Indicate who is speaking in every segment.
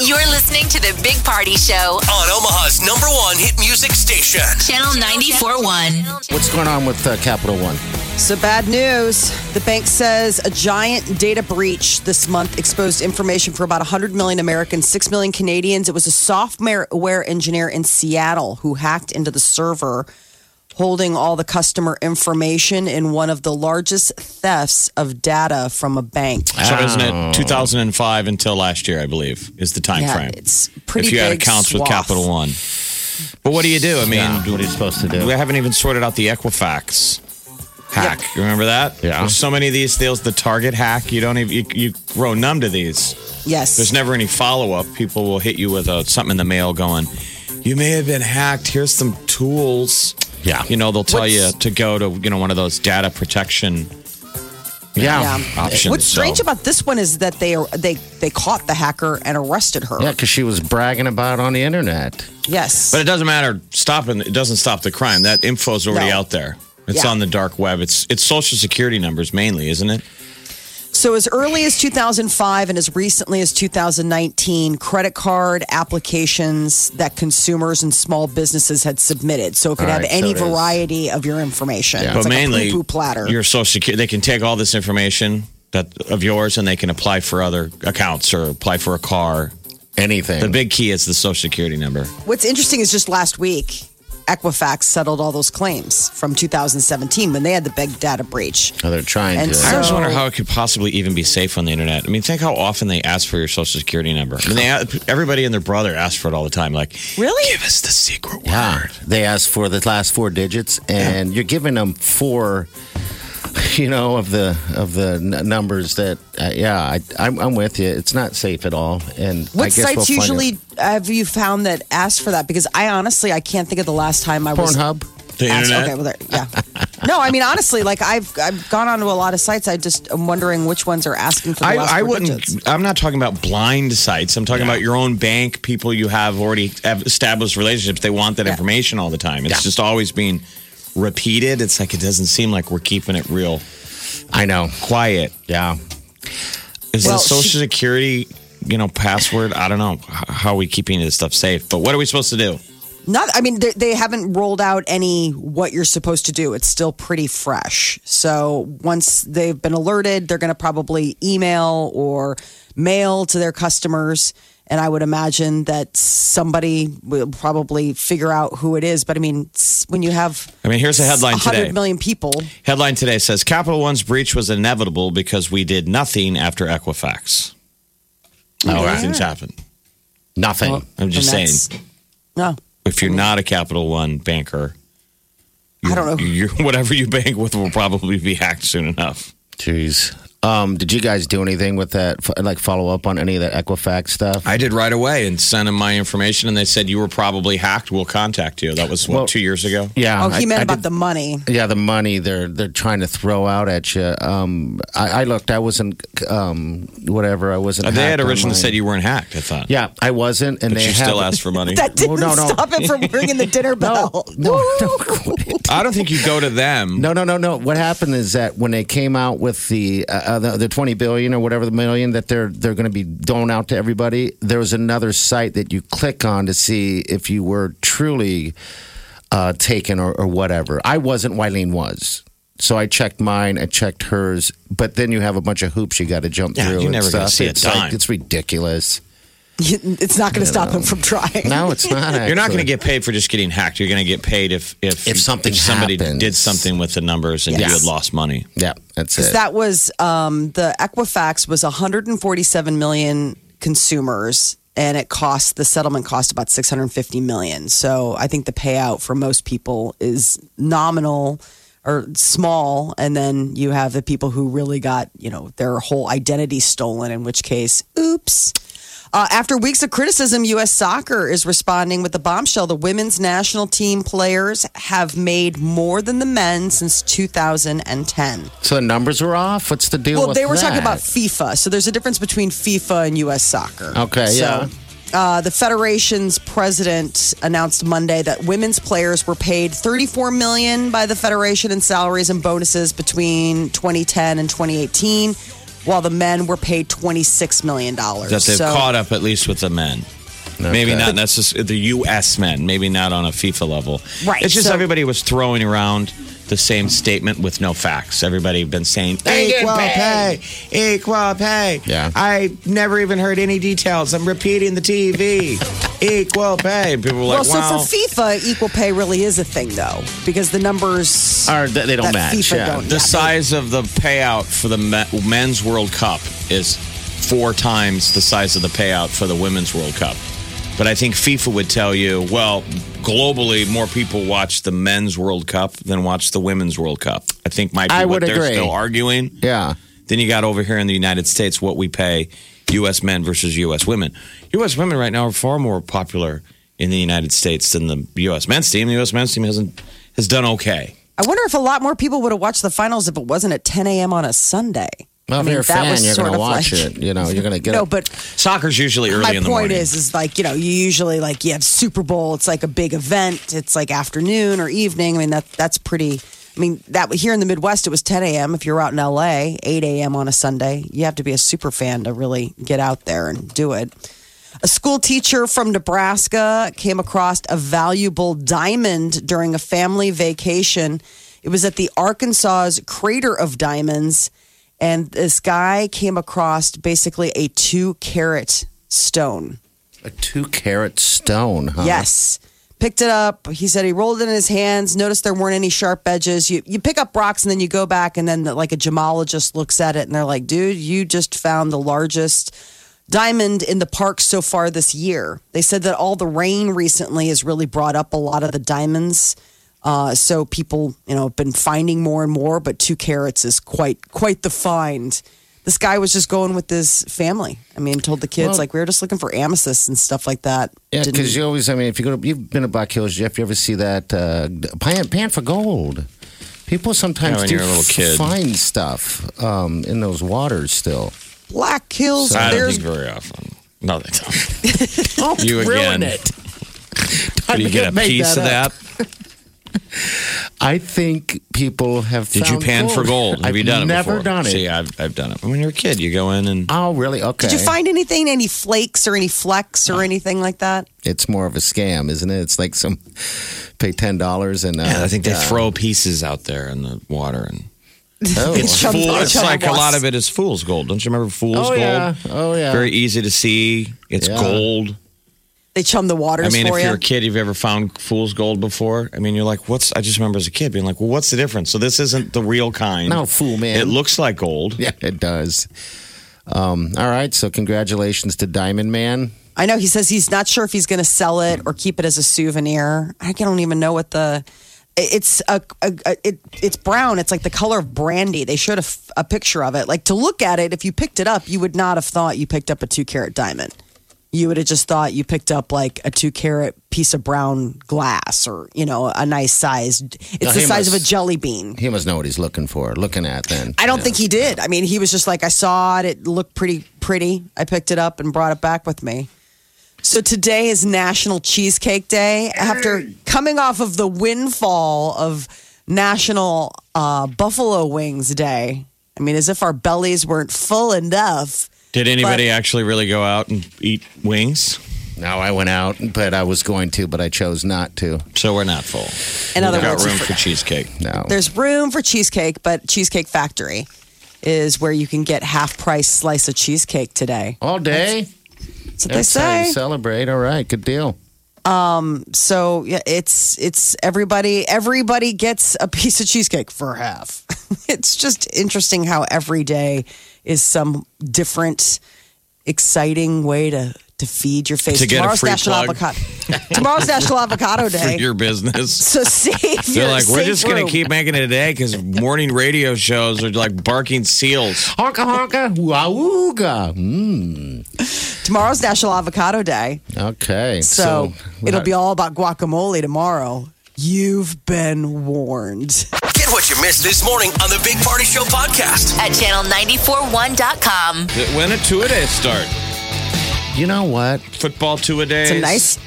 Speaker 1: You're listening to the Big Party Show,
Speaker 2: on Omaha's number one hit music station.
Speaker 1: Channel 94.1.
Speaker 3: What's going on with uh, Capital One?
Speaker 4: So, bad news. The bank says a giant data breach this month exposed information for about 100 million Americans, 6 million Canadians. It was a software engineer in Seattle who hacked into the server holding all the customer information in one of the largest thefts of data from a bank.
Speaker 5: So isn't it 2005 until last year? I believe is the time
Speaker 4: Yeah,
Speaker 5: frame.
Speaker 4: it's pretty
Speaker 5: If you had
Speaker 4: big
Speaker 5: accounts with
Speaker 4: swath.
Speaker 5: Capital One, but what do you do? I mean,
Speaker 3: what are you supposed to do?
Speaker 5: we haven't even sorted out the Equifax hack. You remember that?
Speaker 3: Yeah.
Speaker 5: There's so many of these deals. The Target hack. You don't even you, you grow numb to these.
Speaker 4: Yes.
Speaker 5: There's never any follow up. People will hit you with a, something in the mail going, "You may have been hacked. Here's some tools."
Speaker 3: Yeah.
Speaker 5: You know they'll tell you to go to you know one of those data protection.
Speaker 3: Yeah.
Speaker 4: yeah.
Speaker 5: options,
Speaker 4: What's strange
Speaker 5: so-
Speaker 4: about this one is that they are they they caught the hacker and arrested her.
Speaker 3: Yeah, because she was bragging about on the internet.
Speaker 4: Yes.
Speaker 5: But it doesn't matter. Stopping it doesn't stop the crime. That info's already
Speaker 4: No.
Speaker 5: out there. It's
Speaker 4: Yeah.
Speaker 5: on the dark web. It's it's social security numbers mainly, isn't it?
Speaker 4: So, as early as 2005 and as recently as 2019, credit card applications that consumers and small businesses had submitted. So, it could
Speaker 3: All
Speaker 4: have
Speaker 3: right,
Speaker 4: any
Speaker 3: so it is.
Speaker 4: variety of your information. It's
Speaker 5: but
Speaker 4: like
Speaker 5: mainly
Speaker 4: a poo platter.
Speaker 5: your social security. They can take all this information that of yours and they can apply for other accounts or apply for a car.
Speaker 3: Anything.
Speaker 5: The big key is the social security number.
Speaker 4: What's interesting is just last week, Equifax settled all those claims from 2017 when they had the big data breach.
Speaker 3: Oh, they're trying
Speaker 4: And
Speaker 3: to.
Speaker 5: I always
Speaker 4: So-
Speaker 5: wonder how it could possibly even be safe on the internet. I mean, think how often they ask for your social security number. I mean, they, everybody and their brother asks for it all the time. Like,
Speaker 4: Really?
Speaker 5: Give us the secret word.
Speaker 3: yeah, they asked for the last four digits, and you're giving them four. You know of the of the n- numbers that uh, yeah I I'm, I'm with you. It's not safe at all. And I
Speaker 4: What
Speaker 3: guess
Speaker 4: sites
Speaker 3: we'll find
Speaker 4: usually
Speaker 3: it.
Speaker 4: have you found that asked for that? Because I honestly, I can't think of the last time I was.
Speaker 3: Pornhub.
Speaker 5: The
Speaker 4: Ask-
Speaker 5: internet.
Speaker 4: Okay, well, there, yeah. No, I mean honestly, like I've I've gone onto a lot of sites. I just am wondering which ones are asking for the last
Speaker 5: I, I
Speaker 4: four
Speaker 5: wouldn't.
Speaker 4: digits.
Speaker 5: I'm not talking about blind sites. I'm talking about your own bank, people you have already have established relationships. They want that information all the time. It's just always being repeated. It's like it doesn't seem like we're keeping it real
Speaker 3: I know.
Speaker 5: quiet.
Speaker 3: Yeah.
Speaker 5: Is
Speaker 4: Well,
Speaker 5: the social security, you know, password? I don't know. H- How are we keeping this stuff safe? But what are we supposed to do?
Speaker 4: Not. I mean, they, they haven't rolled out any what you're supposed to do. It's still pretty fresh. So once they've been alerted, they're going to probably email or mail to their customers. And I would imagine that somebody will probably figure out who it is. But I mean, s- when you have
Speaker 5: I mean, here's a headline
Speaker 4: 100
Speaker 5: today.
Speaker 4: million people,
Speaker 5: Headline today says Capital One's breach was inevitable because we did nothing after Equifax.
Speaker 3: All right.
Speaker 5: Nothing's happened.
Speaker 3: Nothing.
Speaker 5: I'm just
Speaker 4: and
Speaker 5: saying.
Speaker 4: that's- No.
Speaker 5: if you're not a Capital One banker,
Speaker 4: I don't know.
Speaker 5: you whatever you bank with will probably be hacked soon enough.
Speaker 3: Jeez. Um, did you guys do anything with that? f- Like follow up on any of that Equifax stuff?
Speaker 5: I did right away and sent them my information, and they said you were probably hacked. We'll contact you. That was what
Speaker 3: Well-
Speaker 5: two years ago.
Speaker 3: yeah.
Speaker 4: Oh, he
Speaker 3: I-
Speaker 4: meant
Speaker 3: I
Speaker 4: about
Speaker 3: did-
Speaker 4: the money.
Speaker 3: Yeah, the money they're they're trying to throw out at you. Um, I, I looked. I wasn't. Um, whatever. I wasn't.
Speaker 5: Uh, they had
Speaker 3: hacked
Speaker 5: originally
Speaker 3: online.
Speaker 5: said you weren't hacked. I thought.
Speaker 3: Yeah, I wasn't, and
Speaker 5: But
Speaker 3: they
Speaker 5: you
Speaker 3: have,
Speaker 5: still asked for money.
Speaker 4: That
Speaker 3: Well,
Speaker 4: didn't
Speaker 3: no, no.
Speaker 4: stop it from ringing the dinner bell.
Speaker 3: No, no,
Speaker 5: I don't think you go to them.
Speaker 3: no, no, no, no. What happened is that when they came out with the uh, uh, the, the twenty billion or whatever the million that they're they're going to be doling out to everybody, there was another site that you click on to see if you were truly uh, taken or, or whatever. I wasn't. Wileen was. So I checked mine, I checked hers, but then you have a bunch of hoops you got to jump
Speaker 5: Yeah,
Speaker 3: through.
Speaker 5: you're
Speaker 3: and
Speaker 5: never gonna
Speaker 3: stuff.
Speaker 5: see a
Speaker 3: it's
Speaker 5: dime.
Speaker 3: Like, it's ridiculous.
Speaker 4: It's not going to stop him from trying.
Speaker 3: No, it's not.
Speaker 5: You're not going to
Speaker 3: actually.
Speaker 5: get paid for just getting hacked. You're going to get paid if if,
Speaker 3: If something
Speaker 5: somebody
Speaker 3: happens.
Speaker 5: did something with the numbers and you
Speaker 4: Yes.
Speaker 5: had lost money.
Speaker 3: Yeah, that's it.
Speaker 4: That was um, the Equifax was 147 million consumers, and it cost the settlement cost about 650 million. So I think the payout for most people is nominal or small, and then you have the people who really got you know their whole identity stolen. In which case, oops. Uh, after weeks of criticism, U.S. soccer is responding with the bombshell. The women's national team players have made more than the men since 2010.
Speaker 3: So the numbers were off. What's the deal?
Speaker 4: Well,
Speaker 3: with
Speaker 4: they were talking about
Speaker 3: that?
Speaker 4: FIFA. So there's a difference between FIFA and U.S. soccer.
Speaker 3: Okay,
Speaker 4: So,
Speaker 3: yeah.
Speaker 4: Uh, the federation's president announced Monday that women's players were paid 34 million by the federation in salaries and bonuses between 2010 and 2018, while the men were paid 26 million dollars.
Speaker 5: that they've caught up at least with the men. Maybe not necessarily the U.S. men. Maybe not on a FIFA level.
Speaker 4: Right,
Speaker 5: It's just
Speaker 4: so-
Speaker 5: everybody was throwing around the same statement with no facts. Everybody been saying equal pay. equal pay.
Speaker 3: Yeah.
Speaker 5: I never even heard any details. I'm repeating the TV. equal pay. People were like,
Speaker 4: well,
Speaker 5: wow.
Speaker 4: so for FIFA, equal pay really is a thing though, because the numbers
Speaker 3: Or th- they don't
Speaker 4: that
Speaker 3: match.
Speaker 4: FIFA
Speaker 3: yeah.
Speaker 4: don't.
Speaker 5: the
Speaker 4: yeah,
Speaker 5: size of the payout for the me- men's World Cup is four times the size of the payout for the women's World Cup. But I think FIFA would tell you, well, globally, more people watch the men's World Cup than watch the women's World Cup. I think might be
Speaker 3: I
Speaker 5: what
Speaker 3: would
Speaker 5: they're
Speaker 3: agree.
Speaker 5: still arguing.
Speaker 3: Yeah.
Speaker 5: Then you got over here in the United States what we pay U.S. men versus U.S. women. U.S. women right now are far more popular in the United States than the U.S. men's team. The U.S. men's team hasn't has done okay.
Speaker 4: I wonder if a lot more people would have watched the finals if it wasn't at 10 a.m. on a Sunday.
Speaker 3: Well,
Speaker 4: I
Speaker 3: if
Speaker 4: mean,
Speaker 3: you're a
Speaker 4: that
Speaker 3: fan,
Speaker 4: was
Speaker 3: you're
Speaker 4: sort
Speaker 3: going to
Speaker 4: of
Speaker 3: watch
Speaker 4: like-
Speaker 3: it. You know, you're going to get
Speaker 4: No,
Speaker 3: it.
Speaker 4: but
Speaker 5: Soccer's usually early
Speaker 4: my
Speaker 5: in the
Speaker 4: point
Speaker 5: morning.
Speaker 4: is, is like you know, you usually like you have Super Bowl. It's like a big event. It's like afternoon or evening. I mean, that that's pretty. I mean, that here in the Midwest, it was 10 a.m. If you're out in L.A., 8 a.m. on a Sunday, you have to be a super fan to really get out there and do it. A school teacher from Nebraska came across a valuable diamond during a family vacation. It was at the Arkansas's Crater of Diamonds, and this guy came across basically a two carat stone.
Speaker 3: a two carat stone, huh?
Speaker 4: Yes. Picked it up. He said he rolled it in his hands, noticed there weren't any sharp edges. You, you pick up rocks and then you go back, and then like a gemologist looks at it and they're like, dude, you just found the largest diamond in the park so far this year. They said that all the rain recently has really brought up a lot of the diamonds. Uh, so people, you know, have been finding more and more, but two carats is quite quite the find. This guy was just going with his family. I mean, told the kids
Speaker 3: Well-
Speaker 4: like we were just looking for amethysts and stuff like that.
Speaker 3: Yeah,
Speaker 4: Didn't-
Speaker 3: because you always, I mean, if you go to, you've been to Black Hills, Jeff, you ever see that uh, pan, pan for gold? People sometimes
Speaker 5: Yeah, when
Speaker 3: do
Speaker 5: you're a little
Speaker 3: f-
Speaker 5: kid.
Speaker 3: find stuff um, in those waters still.
Speaker 4: Black Hills.
Speaker 5: I don't
Speaker 4: There's
Speaker 5: think very often. No, they don't.
Speaker 3: Oh,
Speaker 5: You again. Do you get a piece of that?
Speaker 3: I think people have.
Speaker 5: Did you
Speaker 3: found
Speaker 5: pan for gold? Have
Speaker 3: I've
Speaker 5: you done it
Speaker 3: never
Speaker 5: before?
Speaker 3: done it.
Speaker 5: See, I've, I've done it. When you're a kid, you go in and uh,
Speaker 3: oh, really? Okay.
Speaker 4: did you find anything? Any flakes or any flecks or anything like that?
Speaker 3: It's more of a scam, isn't it? It's like some pay ten dollars and uh,
Speaker 5: I think they
Speaker 3: yeah.
Speaker 5: throw pieces out there in the water and
Speaker 3: Oh.
Speaker 5: it's
Speaker 4: Chum-
Speaker 5: fool. It's
Speaker 4: chum
Speaker 5: like a
Speaker 4: was.
Speaker 5: lot of it is fool's gold. Don't you remember fool's
Speaker 3: Oh,
Speaker 5: gold?
Speaker 3: yeah. Oh, yeah.
Speaker 5: Very easy to see. It's
Speaker 3: Yeah.
Speaker 5: gold.
Speaker 4: They chum the waters
Speaker 5: I mean,
Speaker 4: for
Speaker 5: if
Speaker 4: you.
Speaker 5: you're a kid, you've ever found fool's gold before. I mean, you're like, what's? I just remember as a kid being like, well, what's the difference? So this isn't the real kind.
Speaker 3: No, fool, man.
Speaker 5: It looks like gold.
Speaker 3: Yeah, it does. Um, all right, so congratulations to Diamond Man.
Speaker 4: I know he says he's not sure if he's going to sell it or keep it as a souvenir. I don't even know what the. it- It's a, a, a it, it's brown. It's like the color of brandy. They showed a, f- a picture of it. Like to look at it, if you picked it up, you would not have thought you picked up a two carat diamond. You would have just thought you picked up like a two carat piece of brown glass or you know a nice size. It's
Speaker 3: Now,
Speaker 4: the
Speaker 3: he
Speaker 4: size of a
Speaker 3: must-
Speaker 4: jelly bean.
Speaker 3: He must know what he's looking for, looking at then.
Speaker 4: I don't think he did. I mean, he was just like, I saw it. It looked pretty, pretty. I picked it up and brought it back with me. So today is National Cheesecake Day. After coming off of the windfall of National uh, Buffalo Wings Day, I mean, as if our bellies weren't full enough.
Speaker 5: Did anybody
Speaker 4: But-
Speaker 5: actually really go out and eat wings?
Speaker 3: No, I went out, but I was going to, but I chose not to.
Speaker 5: So we're not full.
Speaker 4: In other
Speaker 5: we got
Speaker 4: words,
Speaker 5: room for cheesecake.
Speaker 3: No.
Speaker 4: there's room for cheesecake, but Cheesecake Factory is where you can get half price slice of cheesecake today.
Speaker 3: all day.
Speaker 4: That's what they
Speaker 3: That's how
Speaker 4: say.
Speaker 3: you celebrate. All right, good deal.
Speaker 4: So yeah, it's it's everybody everybody gets a piece of cheesecake for half. it's just interesting how every day is some different exciting way to to to feed your face.
Speaker 5: To get a
Speaker 4: Tomorrow's
Speaker 5: free
Speaker 4: National
Speaker 5: plug.
Speaker 4: Avocado. Tomorrow's National Avocado
Speaker 5: for
Speaker 4: Day.
Speaker 5: your business.
Speaker 4: so save
Speaker 5: They're
Speaker 4: your
Speaker 5: like, we're
Speaker 4: safe
Speaker 5: just going
Speaker 4: room."
Speaker 5: to keep making it a day because morning radio shows are like barking seals.
Speaker 3: Honka honka, wauga. Mm.
Speaker 4: Tomorrow's National Avocado Day.
Speaker 3: Okay. uh,
Speaker 4: So, it'll
Speaker 5: uh,
Speaker 4: be all about guacamole tomorrow. You've been warned.
Speaker 2: Get what you missed this morning on the Big Party Show podcast.
Speaker 1: At channel941.com.
Speaker 5: When a two a day start?
Speaker 3: You know what?
Speaker 5: Football two a day.
Speaker 4: It's a nice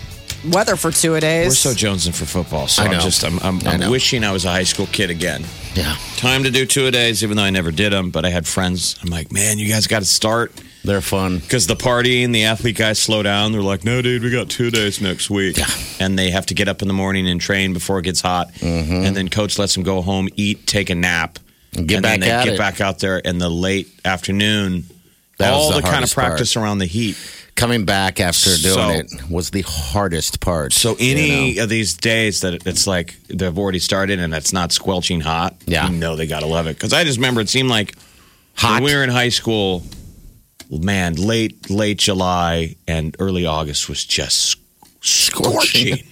Speaker 4: weather for two a days.
Speaker 5: We're so jonesing for football. So
Speaker 3: I
Speaker 5: I am
Speaker 3: know.
Speaker 5: just, I'm, I'm,
Speaker 3: I
Speaker 5: I'm
Speaker 3: know.
Speaker 5: wishing I was a high school kid again.
Speaker 3: Yeah.
Speaker 5: Time to do two a days, even though I never did them. But I had friends. I'm like, man, you guys got to start
Speaker 3: They're fun.
Speaker 5: because the party and the athlete guys slow down. They're like, no, dude, we got two days next week, and they have to get up in the morning and train before it gets hot, and then coach lets them go home, eat, take a nap,
Speaker 3: Mm-hmm. And get
Speaker 5: and
Speaker 3: back
Speaker 5: then they
Speaker 3: at
Speaker 5: get
Speaker 3: it.
Speaker 5: back out there in the late afternoon.
Speaker 3: That was
Speaker 5: all
Speaker 3: the
Speaker 5: the, kind of
Speaker 3: hardest part.
Speaker 5: practice around the heat.
Speaker 3: Coming back after doing
Speaker 5: So-
Speaker 3: it was the hardest part.
Speaker 5: So
Speaker 3: you
Speaker 5: any
Speaker 3: know?
Speaker 5: of these days that it's like they've already started and it's not squelching hot,
Speaker 3: Yeah.
Speaker 5: you know they gotta love it. Because I just remember it seemed like
Speaker 3: hot.
Speaker 5: when we were in high school, man, late late July and early August was just scorching.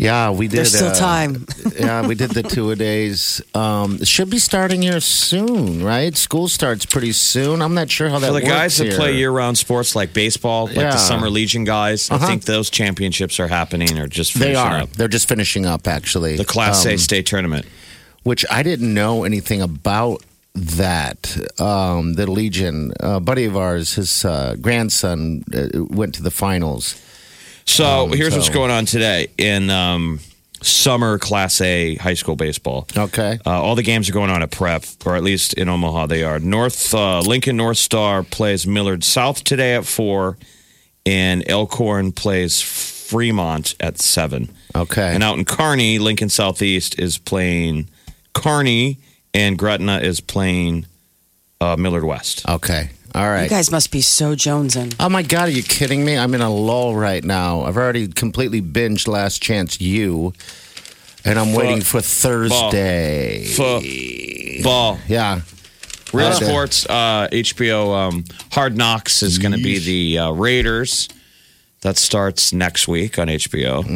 Speaker 3: yeah, we did.
Speaker 4: There's still
Speaker 3: uh,
Speaker 4: time.
Speaker 3: yeah, we did the two a days. Um, it should be starting here soon, right? School starts pretty soon. I'm not sure how that
Speaker 5: For the
Speaker 3: works
Speaker 5: guys that
Speaker 3: here.
Speaker 5: play year round sports like baseball, like
Speaker 3: Yeah.
Speaker 5: the summer legion guys,
Speaker 3: Uh-huh.
Speaker 5: I think those championships are happening or just
Speaker 3: They
Speaker 5: finishing
Speaker 3: are.
Speaker 5: up.
Speaker 3: They're just finishing up, actually.
Speaker 5: The Class
Speaker 3: Um,
Speaker 5: A state tournament.
Speaker 3: which I didn't know anything about that. Um, the Legion, a buddy of ours, his uh, grandson uh, went to the finals.
Speaker 5: So here's what's
Speaker 3: um, so-
Speaker 5: going on today in um, summer Class A high school baseball.
Speaker 3: Okay.
Speaker 5: Uh, all the games are going on at prep, or at least in Omaha they are. North uh, Lincoln North Star plays Millard South today at four, and Elkhorn plays Fremont at seven.
Speaker 3: Okay.
Speaker 5: And out in Kearney, Lincoln Southeast is playing Kearney, and Gretna is playing uh, Millard West.
Speaker 3: Okay. All
Speaker 4: You
Speaker 3: right.
Speaker 4: guys must be so jonesing.
Speaker 3: Oh my God, are you kidding me? I'm in a lull right now. I've already completely binged Last Chance You, and I'm waiting for Thursday.
Speaker 5: Ball.
Speaker 3: Yeah.
Speaker 5: Real
Speaker 3: Uh,
Speaker 5: sports, uh, HBO um, Hard Knocks is going to be the uh, Raiders. That starts next week on HBO.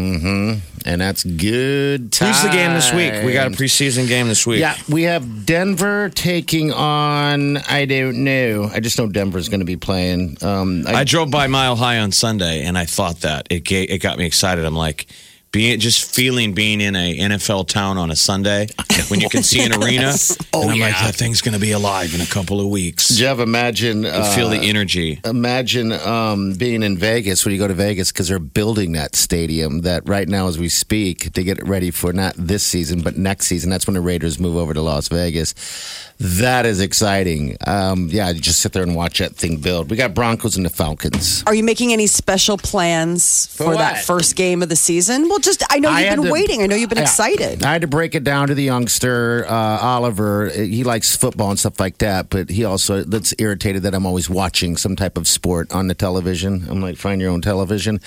Speaker 3: And that's good time.
Speaker 5: Who's the game this week? We got a preseason game this week.
Speaker 3: Yeah, we have Denver taking on. I don't know. I just know Denver's going to be playing. Um,
Speaker 5: I drove by Mile High on Sunday, and I thought that it ga- it got me excited. I'm like, being just feeling being in a NFL town on a Sunday when you can see an arena,
Speaker 3: Oh,
Speaker 5: and I'm like, that thing's going to be alive in a couple of weeks.
Speaker 3: Jeff, imagine
Speaker 5: You
Speaker 3: uh,
Speaker 5: feel the energy.
Speaker 3: imagine um, being in Vegas when you go to Vegas because they're building that stadium that right now as we speak to get it ready for not this season but next season. That's when the Raiders move over to Las Vegas. That is exciting. Um, yeah, you just sit there and watch that thing build. We got Broncos and the Falcons.
Speaker 4: Are you making any special plans for,
Speaker 3: For
Speaker 4: that
Speaker 3: what?
Speaker 4: first game of the season? Well, just I know
Speaker 3: I
Speaker 4: you've
Speaker 3: had
Speaker 4: been
Speaker 3: to-
Speaker 4: waiting. I know you've been
Speaker 3: Yeah.
Speaker 4: excited.
Speaker 3: I had to break it down to the youngster, uh, Oliver. He likes football and stuff like that, but he also that's irritated that I'm always watching some type of sport on the television. I'm like, find your own television.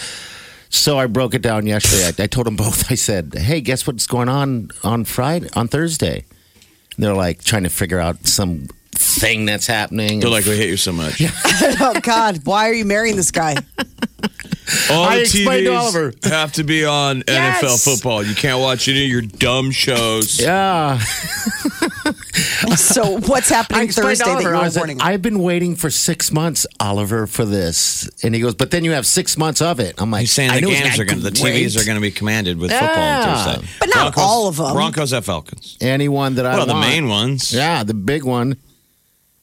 Speaker 3: So I broke it down yesterday. I, I told them both. I said, "Hey, guess what's going on on Friday on Thursday?" And they're like trying to figure out some thing that's happening.
Speaker 5: They're like, we hate you so much.
Speaker 4: oh God, why are you marrying this guy?
Speaker 5: All
Speaker 3: I
Speaker 5: the
Speaker 3: explained to Oliver.
Speaker 5: have to be on
Speaker 4: Yes.
Speaker 5: NFL football. You can't watch any of your dumb shows.
Speaker 3: yeah.
Speaker 4: So what's
Speaker 3: I
Speaker 4: happening
Speaker 3: explained to
Speaker 4: Thursday that
Speaker 3: Oliver,
Speaker 4: you're
Speaker 3: I was like,
Speaker 4: warning?
Speaker 3: I've been waiting for six months, Oliver, for this, and he goes, "But then you have six months of it." I'm like,
Speaker 5: He's saying
Speaker 3: I
Speaker 5: the
Speaker 3: knew it was
Speaker 5: games
Speaker 3: not
Speaker 5: are going to, the
Speaker 3: great.
Speaker 5: TVs are going to be commanded with football
Speaker 3: Yeah.
Speaker 5: on Thursday.
Speaker 4: But not all of 'em.
Speaker 5: Broncos at Falcons.
Speaker 3: anyone that I
Speaker 5: Well, the
Speaker 3: want.
Speaker 5: main ones.
Speaker 3: Yeah, the big one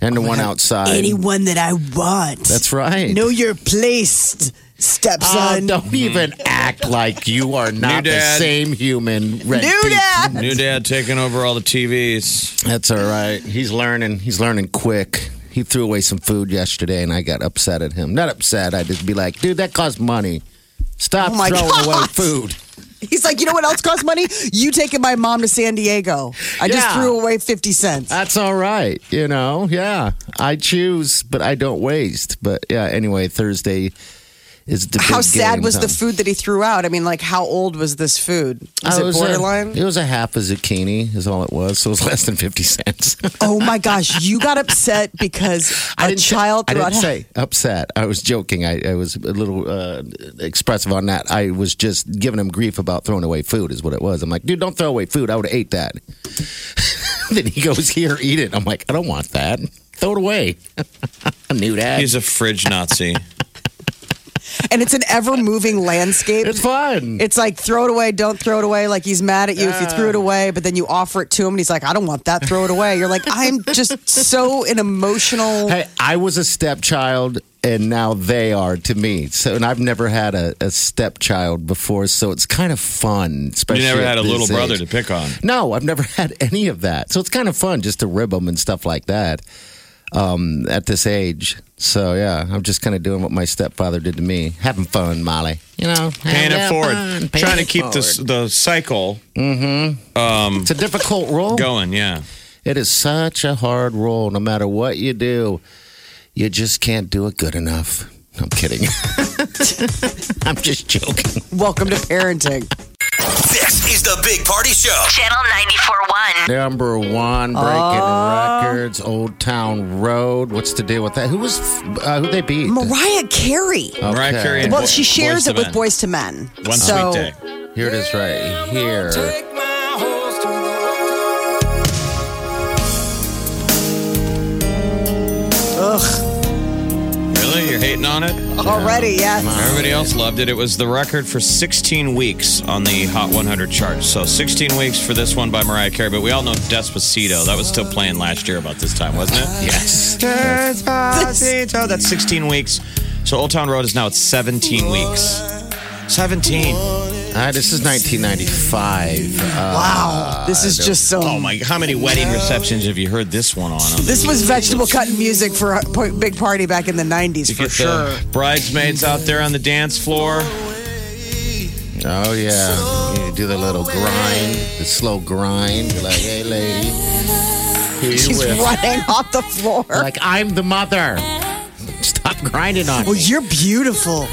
Speaker 3: and the one outside.
Speaker 4: Anyone that I want.
Speaker 3: That's right.
Speaker 4: Know your place,
Speaker 3: Uh,
Speaker 4: stepson.
Speaker 3: don't even act like you are not
Speaker 5: Mm. New
Speaker 3: the
Speaker 5: dad.
Speaker 3: same human. Red
Speaker 4: Do
Speaker 3: Pete.
Speaker 4: that.
Speaker 5: New dad taking over all the TVs.
Speaker 3: That's all right. He's learning. He's learning quick. He threw away some food yesterday, and I got upset at him. Not upset. I just be like, dude, that costs money. Stop
Speaker 4: Oh my
Speaker 3: throwing
Speaker 4: God.
Speaker 3: away food.
Speaker 4: He's like, you know what else costs money? You taking my mom to San Diego. I just
Speaker 3: Yeah. Ah.
Speaker 4: threw away 50 cents.
Speaker 3: That's all right. You know, yeah. I choose, but I don't waste. But yeah, anyway, Thursday is the
Speaker 4: How
Speaker 3: big
Speaker 4: sad
Speaker 3: game
Speaker 4: was the
Speaker 3: time.
Speaker 4: food that he threw out? I mean, like, how old was this food? Was
Speaker 3: Oh,
Speaker 4: it borderline?
Speaker 3: A, it was a half a zucchini, is all it was. So it was less than fifty cents.
Speaker 4: oh my gosh, you got upset because a
Speaker 3: say-
Speaker 4: child
Speaker 3: I
Speaker 4: threw
Speaker 3: didn't
Speaker 4: out.
Speaker 3: say upset. I was joking. I, I was a little uh, expressive on that. I was just giving him grief about throwing away food, is what it was. I'm like, dude, don't throw away food. I would have ate that. then he goes, here, eat it. I'm like, I don't want that. Throw it away. I knew that.
Speaker 5: He's a fridge Nazi.
Speaker 4: and it's an ever moving landscape.
Speaker 3: it's fun.
Speaker 4: It's like throw it away, don't throw it away. Like he's mad at you if you threw it away, but then you offer it to him and he's like, I don't want that, throw it away. You're like, I'm just so an emotional.
Speaker 3: Hey, I was a stepchild, and now they are to me. So, and I've never had a, a stepchild before, so it's kind of fun.
Speaker 5: you
Speaker 3: Especially
Speaker 5: never
Speaker 3: at
Speaker 5: had a
Speaker 3: this
Speaker 5: little brother
Speaker 3: age.
Speaker 5: to pick on.
Speaker 3: No, I've never had any of that. So it's kind of fun just to rib them and stuff like that um, at this age. So yeah, I'm just kind of doing what my stepfather did to me, having fun, Molly. You know,
Speaker 5: Paying
Speaker 3: having
Speaker 5: it forward.
Speaker 3: fun, paying
Speaker 5: Trying to
Speaker 3: it
Speaker 5: keep this
Speaker 3: forward. Mm-hmm.
Speaker 5: the cycle um,
Speaker 3: It's a difficult role.
Speaker 5: going, yeah.
Speaker 3: It is such a hard role. No matter what you do, you just can't do it good enough. I'm kidding. I'm just joking.
Speaker 4: Welcome to parenting.
Speaker 2: This is the Big Party Show.
Speaker 1: Channel 941.
Speaker 3: Number one, breaking
Speaker 4: Oh.
Speaker 3: records, Old Town Road. What's the deal with that? Who was uh, who they beat?
Speaker 4: Mariah Carey.
Speaker 5: Mariah
Speaker 3: Okay.
Speaker 5: Carey and
Speaker 4: Well,
Speaker 5: Boy-
Speaker 4: she shares
Speaker 5: Boyz
Speaker 4: it
Speaker 5: II
Speaker 4: with
Speaker 5: Men.
Speaker 4: Boys to Men.
Speaker 5: One
Speaker 4: so,
Speaker 5: sweet day.
Speaker 3: Here it is, right here.
Speaker 4: Ugh,
Speaker 5: Really? You're hating on it?
Speaker 4: already, yes.
Speaker 5: Everybody else loved it. It was the record for 16 weeks on the Hot 100 chart. So 16 weeks for this one by Mariah Carey. But we all know Despacito. That was still playing last year about this time, wasn't it?
Speaker 3: Yes.
Speaker 5: Despacito. That's 16 weeks. So Old Town Road is now at 17 weeks. 17.
Speaker 3: Uh, this is 1995. Uh,
Speaker 4: Wow. This is just so.
Speaker 5: Oh my! How many wedding receptions have you heard this one on?
Speaker 4: This was vegetable cutting music for a po- big party back in the 90s,
Speaker 5: You
Speaker 4: for
Speaker 5: get
Speaker 4: sure.
Speaker 5: the bridesmaids out there on the dance floor.
Speaker 3: Oh yeah, you do the little grind, the slow grind. You're like, hey lady, who you
Speaker 4: She's
Speaker 3: with?
Speaker 4: running off the floor.
Speaker 3: Like I'm the mother. Stop grinding on
Speaker 4: well,
Speaker 3: me.
Speaker 4: you're beautiful.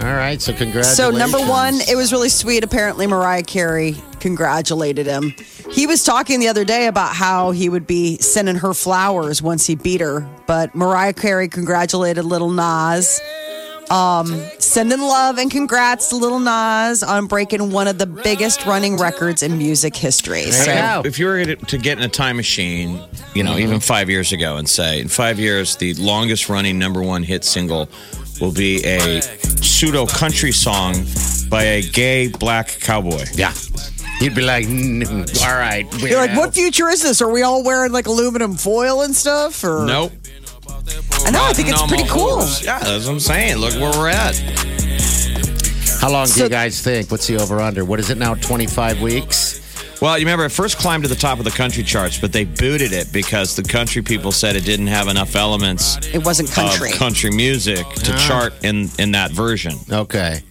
Speaker 3: All right, so congratulations.
Speaker 4: So number one, it was really sweet. Apparently, Mariah Carey congratulated him. He was talking the other day about how he would be sending her flowers once he beat her, but Mariah Carey congratulated Little Nas. Um, sending love and congrats to Little Nas on breaking one of the biggest running records in music history. So,
Speaker 3: Yeah.
Speaker 5: If you were to to get in a time machine, you know, even five years ago, and say in five years the longest running number one hit single will be a pseudo country song by a gay black cowboy.
Speaker 3: yeah, you'd be like, "Mm, all right.
Speaker 4: you're like, what future is this? Are we all wearing like aluminum foil and stuff? Or
Speaker 5: Nope.
Speaker 4: I know. I think it's
Speaker 5: Nothing on
Speaker 4: pretty
Speaker 5: my
Speaker 4: cool.
Speaker 5: horse. Yeah, that's what I'm saying. Look where we're at.
Speaker 3: How long do
Speaker 4: So-
Speaker 3: you guys think? What's the over under? What is it now? 25 weeks.
Speaker 5: Well, you remember it first climbed to the top of the country charts, but they booted it because the country people said it didn't have enough elements
Speaker 4: It wasn't country.
Speaker 5: of country music to chart in in that version.
Speaker 3: Okay.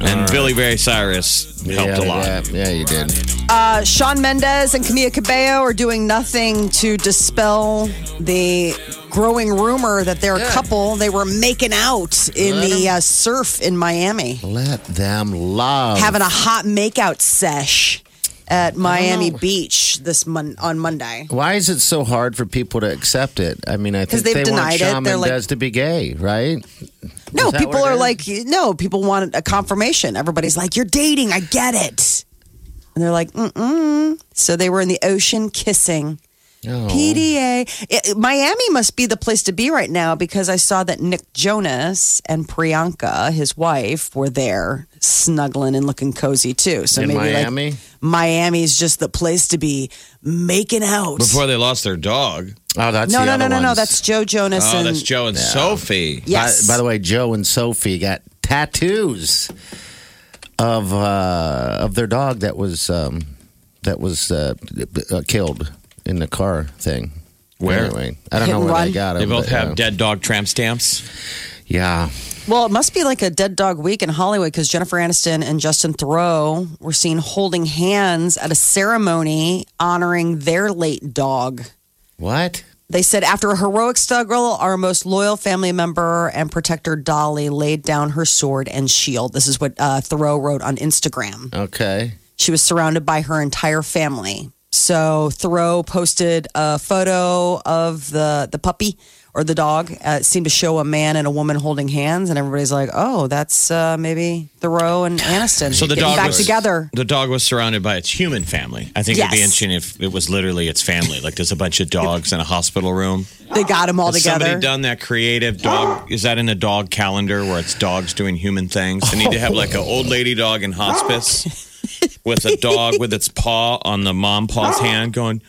Speaker 5: And Billy Ray Cyrus
Speaker 3: yeah,
Speaker 5: helped a lot.
Speaker 3: Yeah, yeah, you did.
Speaker 4: Uh, Sean Mendez and Camila Cabello are doing nothing to dispel the growing rumor that they're a couple. They were making out in the uh, surf in Miami,
Speaker 3: Let them love.
Speaker 4: having a hot makeout sesh at
Speaker 3: Oh,
Speaker 4: Miami Beach this mon- on Monday.
Speaker 3: Why is it so hard for people to accept it? I mean, I
Speaker 4: 'Cause
Speaker 3: think
Speaker 4: they've
Speaker 3: they want
Speaker 4: denied it.
Speaker 3: Shawn
Speaker 4: They're like-
Speaker 3: Mendes to be gay, right?
Speaker 4: No,
Speaker 3: Is that
Speaker 4: people
Speaker 3: what
Speaker 4: are
Speaker 3: it is?
Speaker 4: like, no, people want a confirmation. Everybody's like, you're dating. I get it. And they're like, mm-mm. So they were in the ocean kissing.
Speaker 3: No.
Speaker 4: PDA. It- Miami must be the place to be right now because I saw that Nick Jonas and Priyanka, his wife, were there snuggling and looking cozy too. So
Speaker 3: In
Speaker 4: maybe
Speaker 3: Miami?
Speaker 4: like Miami's just the place to be making out.
Speaker 5: Before they lost their dog.
Speaker 3: Oh, that's
Speaker 4: no,
Speaker 3: the
Speaker 4: no,
Speaker 3: other
Speaker 4: no, no, no.
Speaker 3: ones.
Speaker 4: That's Joe Jonas.
Speaker 5: Oh,
Speaker 4: and
Speaker 5: that's Joe and Sophie.
Speaker 3: By-
Speaker 4: Yes.
Speaker 3: By, the way, Joe and Sophie got tattoos of uh, of their dog that was um, that was uh, uh, killed in the car thing.
Speaker 5: Where?
Speaker 3: Anyway, I don't
Speaker 4: Hit
Speaker 3: know
Speaker 4: and
Speaker 3: where
Speaker 4: run?
Speaker 3: they got it.
Speaker 5: They both
Speaker 3: but,
Speaker 5: have
Speaker 3: uh,
Speaker 5: dead dog tramp stamps.
Speaker 3: Yeah.
Speaker 4: Well, it must be like a dead dog week in Hollywood because Jennifer Aniston and Justin Thoreau were seen holding hands at a ceremony honoring their late dog.
Speaker 3: What?
Speaker 4: They said after a heroic struggle, our most loyal family member and protector Dolly laid down her sword and shield. This is what uh, Thoreau wrote on Instagram.
Speaker 3: Okay.
Speaker 4: She was surrounded by her entire family. So Thoreau posted a photo of the the puppy or the dog. Uh, it seemed to show a man and a woman holding hands, and everybody's like, "Oh, that's uh, maybe Thoreau and Aniston
Speaker 5: So the
Speaker 4: getting
Speaker 5: dog
Speaker 4: back
Speaker 5: was
Speaker 4: together."
Speaker 5: The dog was surrounded by its human family. I think it'd be
Speaker 4: Yes.
Speaker 5: interesting if it was literally its family. Like there's a bunch of dogs in a hospital room.
Speaker 4: They got them all
Speaker 5: Has
Speaker 4: together.
Speaker 5: Somebody done that creative dog. Is that in a dog calendar where it's dogs doing human things? They need to have like
Speaker 3: Oh.
Speaker 5: an old lady dog in hospice with a dog with its paw on the mom
Speaker 3: Ah.
Speaker 5: paw's hand going,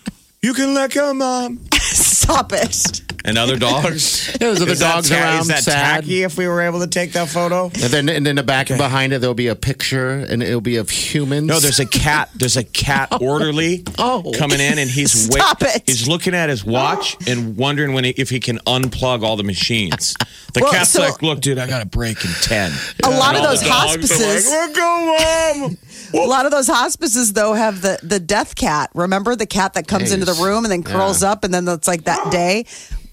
Speaker 5: You can let go, mom.
Speaker 4: Stop it.
Speaker 5: And other dogs.
Speaker 3: Those are the
Speaker 5: Is that
Speaker 3: dogs
Speaker 5: ta-
Speaker 3: around.
Speaker 5: Is that
Speaker 3: sad.
Speaker 5: tacky if we were able to take that photo?
Speaker 3: And then, and then the back and behind it, there'll be a picture, and it'll be of humans.
Speaker 5: No, there's a cat. There's a cat orderly
Speaker 3: Oh.
Speaker 5: coming in, and he's wait-
Speaker 4: Stop it. Oh.
Speaker 5: He's looking at his watch and wondering when he, if he can unplug all the machines. The
Speaker 4: Well,
Speaker 5: cat's
Speaker 4: so-
Speaker 5: like, "Look, dude, I got a break in 10.
Speaker 4: A lot of
Speaker 5: And all
Speaker 4: those
Speaker 5: the dogs are
Speaker 4: hospices.
Speaker 5: like, "We'll go, Mom."
Speaker 4: Um, A lot of those hospices though have the the death cat. Remember the cat that comes into the
Speaker 3: Jeez.
Speaker 4: room and then curls up, and then it's like that day,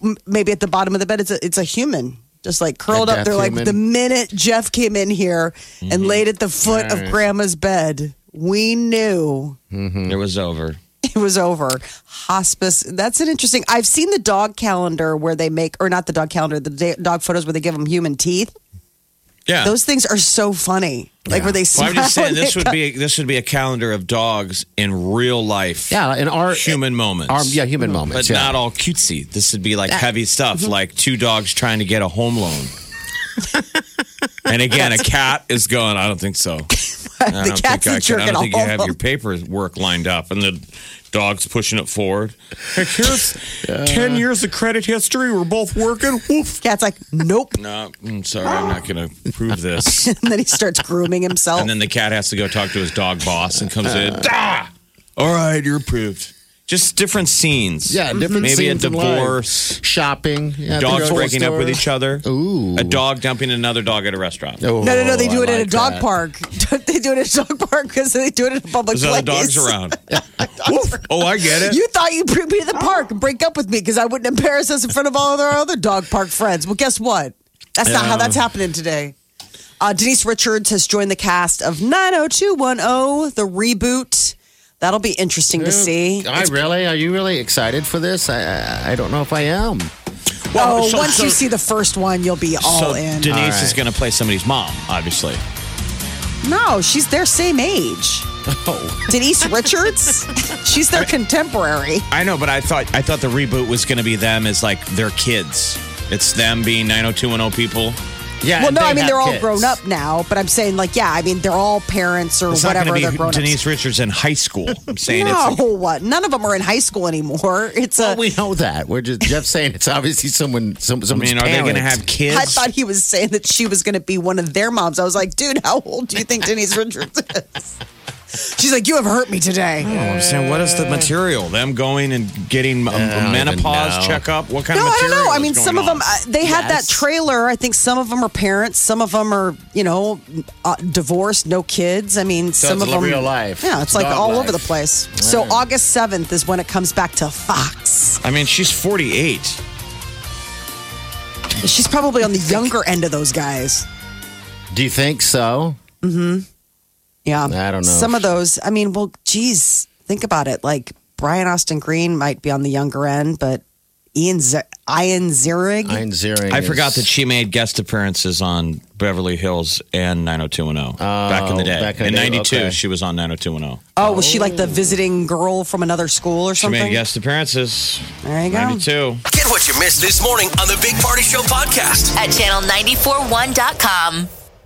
Speaker 4: m- maybe at the bottom of the bed, it's a, it's a human just like curled
Speaker 3: A
Speaker 4: up. They're
Speaker 3: death
Speaker 4: like
Speaker 3: human.
Speaker 4: the minute Jeff came in here
Speaker 5: Mm-hmm.
Speaker 4: and laid at the foot of Grandma's bed, we knew
Speaker 5: It was over.
Speaker 4: it was over. Hospice. That's an interesting. I've seen the dog calendar where they make, or not the dog calendar, the da- dog photos where they give them human teeth.
Speaker 5: Yeah.
Speaker 4: Those things are so funny. Like where they
Speaker 5: well,
Speaker 4: smile.
Speaker 5: I'm just saying
Speaker 4: and
Speaker 5: this
Speaker 4: they
Speaker 5: would be this would be a calendar of dogs in real life.
Speaker 3: yeah, in our
Speaker 5: Human moments.
Speaker 3: our- yeah, human moments.
Speaker 5: But
Speaker 3: yeah.
Speaker 5: not all cutesy. This would be like heavy stuff,
Speaker 4: Mm-hmm.
Speaker 5: like two dogs trying to get a home loan. and again, a cat is going, I don't think so. I don't
Speaker 4: The cat's
Speaker 5: think I,
Speaker 4: a jerk
Speaker 5: can. I
Speaker 4: at
Speaker 5: don't think you
Speaker 4: home
Speaker 5: have
Speaker 4: loan."
Speaker 5: your paperwork lined up. And the dog's pushing it forward. Like, here's 10 years of credit history. We're both working. Woof.
Speaker 4: Cat's like, nope.
Speaker 5: No, I'm sorry. I'm not going to prove this.
Speaker 4: and then he starts grooming himself.
Speaker 5: And then the cat has to go talk to his dog boss and comes in. Ah! All right, you're approved. Just different scenes.
Speaker 3: yeah,
Speaker 4: Mm-hmm.
Speaker 3: different
Speaker 5: Maybe a
Speaker 3: scenes in life.
Speaker 5: divorce.
Speaker 3: shopping, yeah,
Speaker 5: Dogs breaking up with each other.
Speaker 3: Ooh.
Speaker 5: A dog dumping another dog at a restaurant.
Speaker 3: Oh,
Speaker 4: no, no, no. They
Speaker 3: I
Speaker 4: do it at a
Speaker 3: like
Speaker 4: dog
Speaker 3: that.
Speaker 4: park. they do it at a dog park because they do it at a public
Speaker 5: There's other
Speaker 4: place.
Speaker 5: dogs around. Woof. Oh, I get it.
Speaker 4: You thought you'd bring me to the park and break up with me because I wouldn't embarrass us in front of all of our other dog park friends. Well, guess what? That's not how that's happening today. Uh, Denise Richards has joined the cast of 90210, the reboot. That'll be interesting to see.
Speaker 3: I really? Are you really excited for this? I I, I don't know if I am.
Speaker 5: Well,
Speaker 4: oh,
Speaker 5: so-
Speaker 4: once
Speaker 5: so-
Speaker 4: you see the first one, you'll be all
Speaker 5: so
Speaker 4: in.
Speaker 5: Denise is going to play somebody's mom, obviously.
Speaker 4: No, she's their same age. Denise Richards? she's their contemporary.
Speaker 5: I know, but I thought I thought the reboot was going to be them as like their kids. It's them being 90210 people.
Speaker 3: Yeah.
Speaker 4: Well,
Speaker 3: and
Speaker 4: no,
Speaker 3: they
Speaker 4: I mean
Speaker 3: have
Speaker 4: they're all
Speaker 3: kids.
Speaker 4: grown up now, but I'm saying like, yeah, I mean they're all parents or
Speaker 5: It's
Speaker 4: whatever.
Speaker 5: not going
Speaker 4: they're
Speaker 5: to be
Speaker 4: grown
Speaker 5: Denise Richards in high school. I'm saying
Speaker 4: no,
Speaker 5: it's like,
Speaker 4: what? none of them are in high school anymore. It's a.
Speaker 3: Well, Oh, we know that. We're just Jeff saying it's obviously someone. Some,
Speaker 5: I mean, are they going to have kids?
Speaker 4: I thought he was saying that she was going to be one of their moms. I was like, dude, how old do you think Denise Richards is? She's like, you have hurt me today.
Speaker 5: Oh, I'm saying, what is the material? Them going and getting a- a
Speaker 3: don't even
Speaker 5: menopause
Speaker 3: know.
Speaker 5: checkup? What kind
Speaker 4: No,
Speaker 5: of
Speaker 4: I don't
Speaker 5: material?
Speaker 4: know. I
Speaker 5: is
Speaker 4: mean,
Speaker 5: going
Speaker 4: some of
Speaker 5: on?
Speaker 4: them, uh, they had that
Speaker 3: Yes.
Speaker 4: trailer. I think some of them are parents. Some of them are, you know, uh, divorced, no kids. I mean, some of
Speaker 3: it's
Speaker 4: them.
Speaker 3: real life.
Speaker 4: Yeah, it's
Speaker 3: It's
Speaker 4: like
Speaker 3: dog
Speaker 4: all
Speaker 3: life.
Speaker 4: over the place. So August 7th is when it comes back to Fox.
Speaker 5: I mean, she's 48.
Speaker 4: She's probably on the younger end of those guys.
Speaker 3: Do you think so?
Speaker 4: Yeah.
Speaker 3: I don't know.
Speaker 4: Some of those, I mean, well, geez, think about it. Like Brian Austin Green might be on the younger end, but Ian, Z- Ian Ziering.
Speaker 3: Ein Ziering.
Speaker 5: I
Speaker 3: is-
Speaker 5: forgot that she made guest appearances on Beverly Hills and 90210 back in the day.
Speaker 3: back in the day,
Speaker 5: 92,
Speaker 3: okay.
Speaker 5: she was on 90210.
Speaker 4: oh, was she like the visiting girl from another school or
Speaker 5: She
Speaker 4: something?
Speaker 5: made guest appearances.
Speaker 4: There you go.
Speaker 5: 92.
Speaker 2: Get what you missed this morning on the Big Party Show podcast.
Speaker 1: At channel941.com.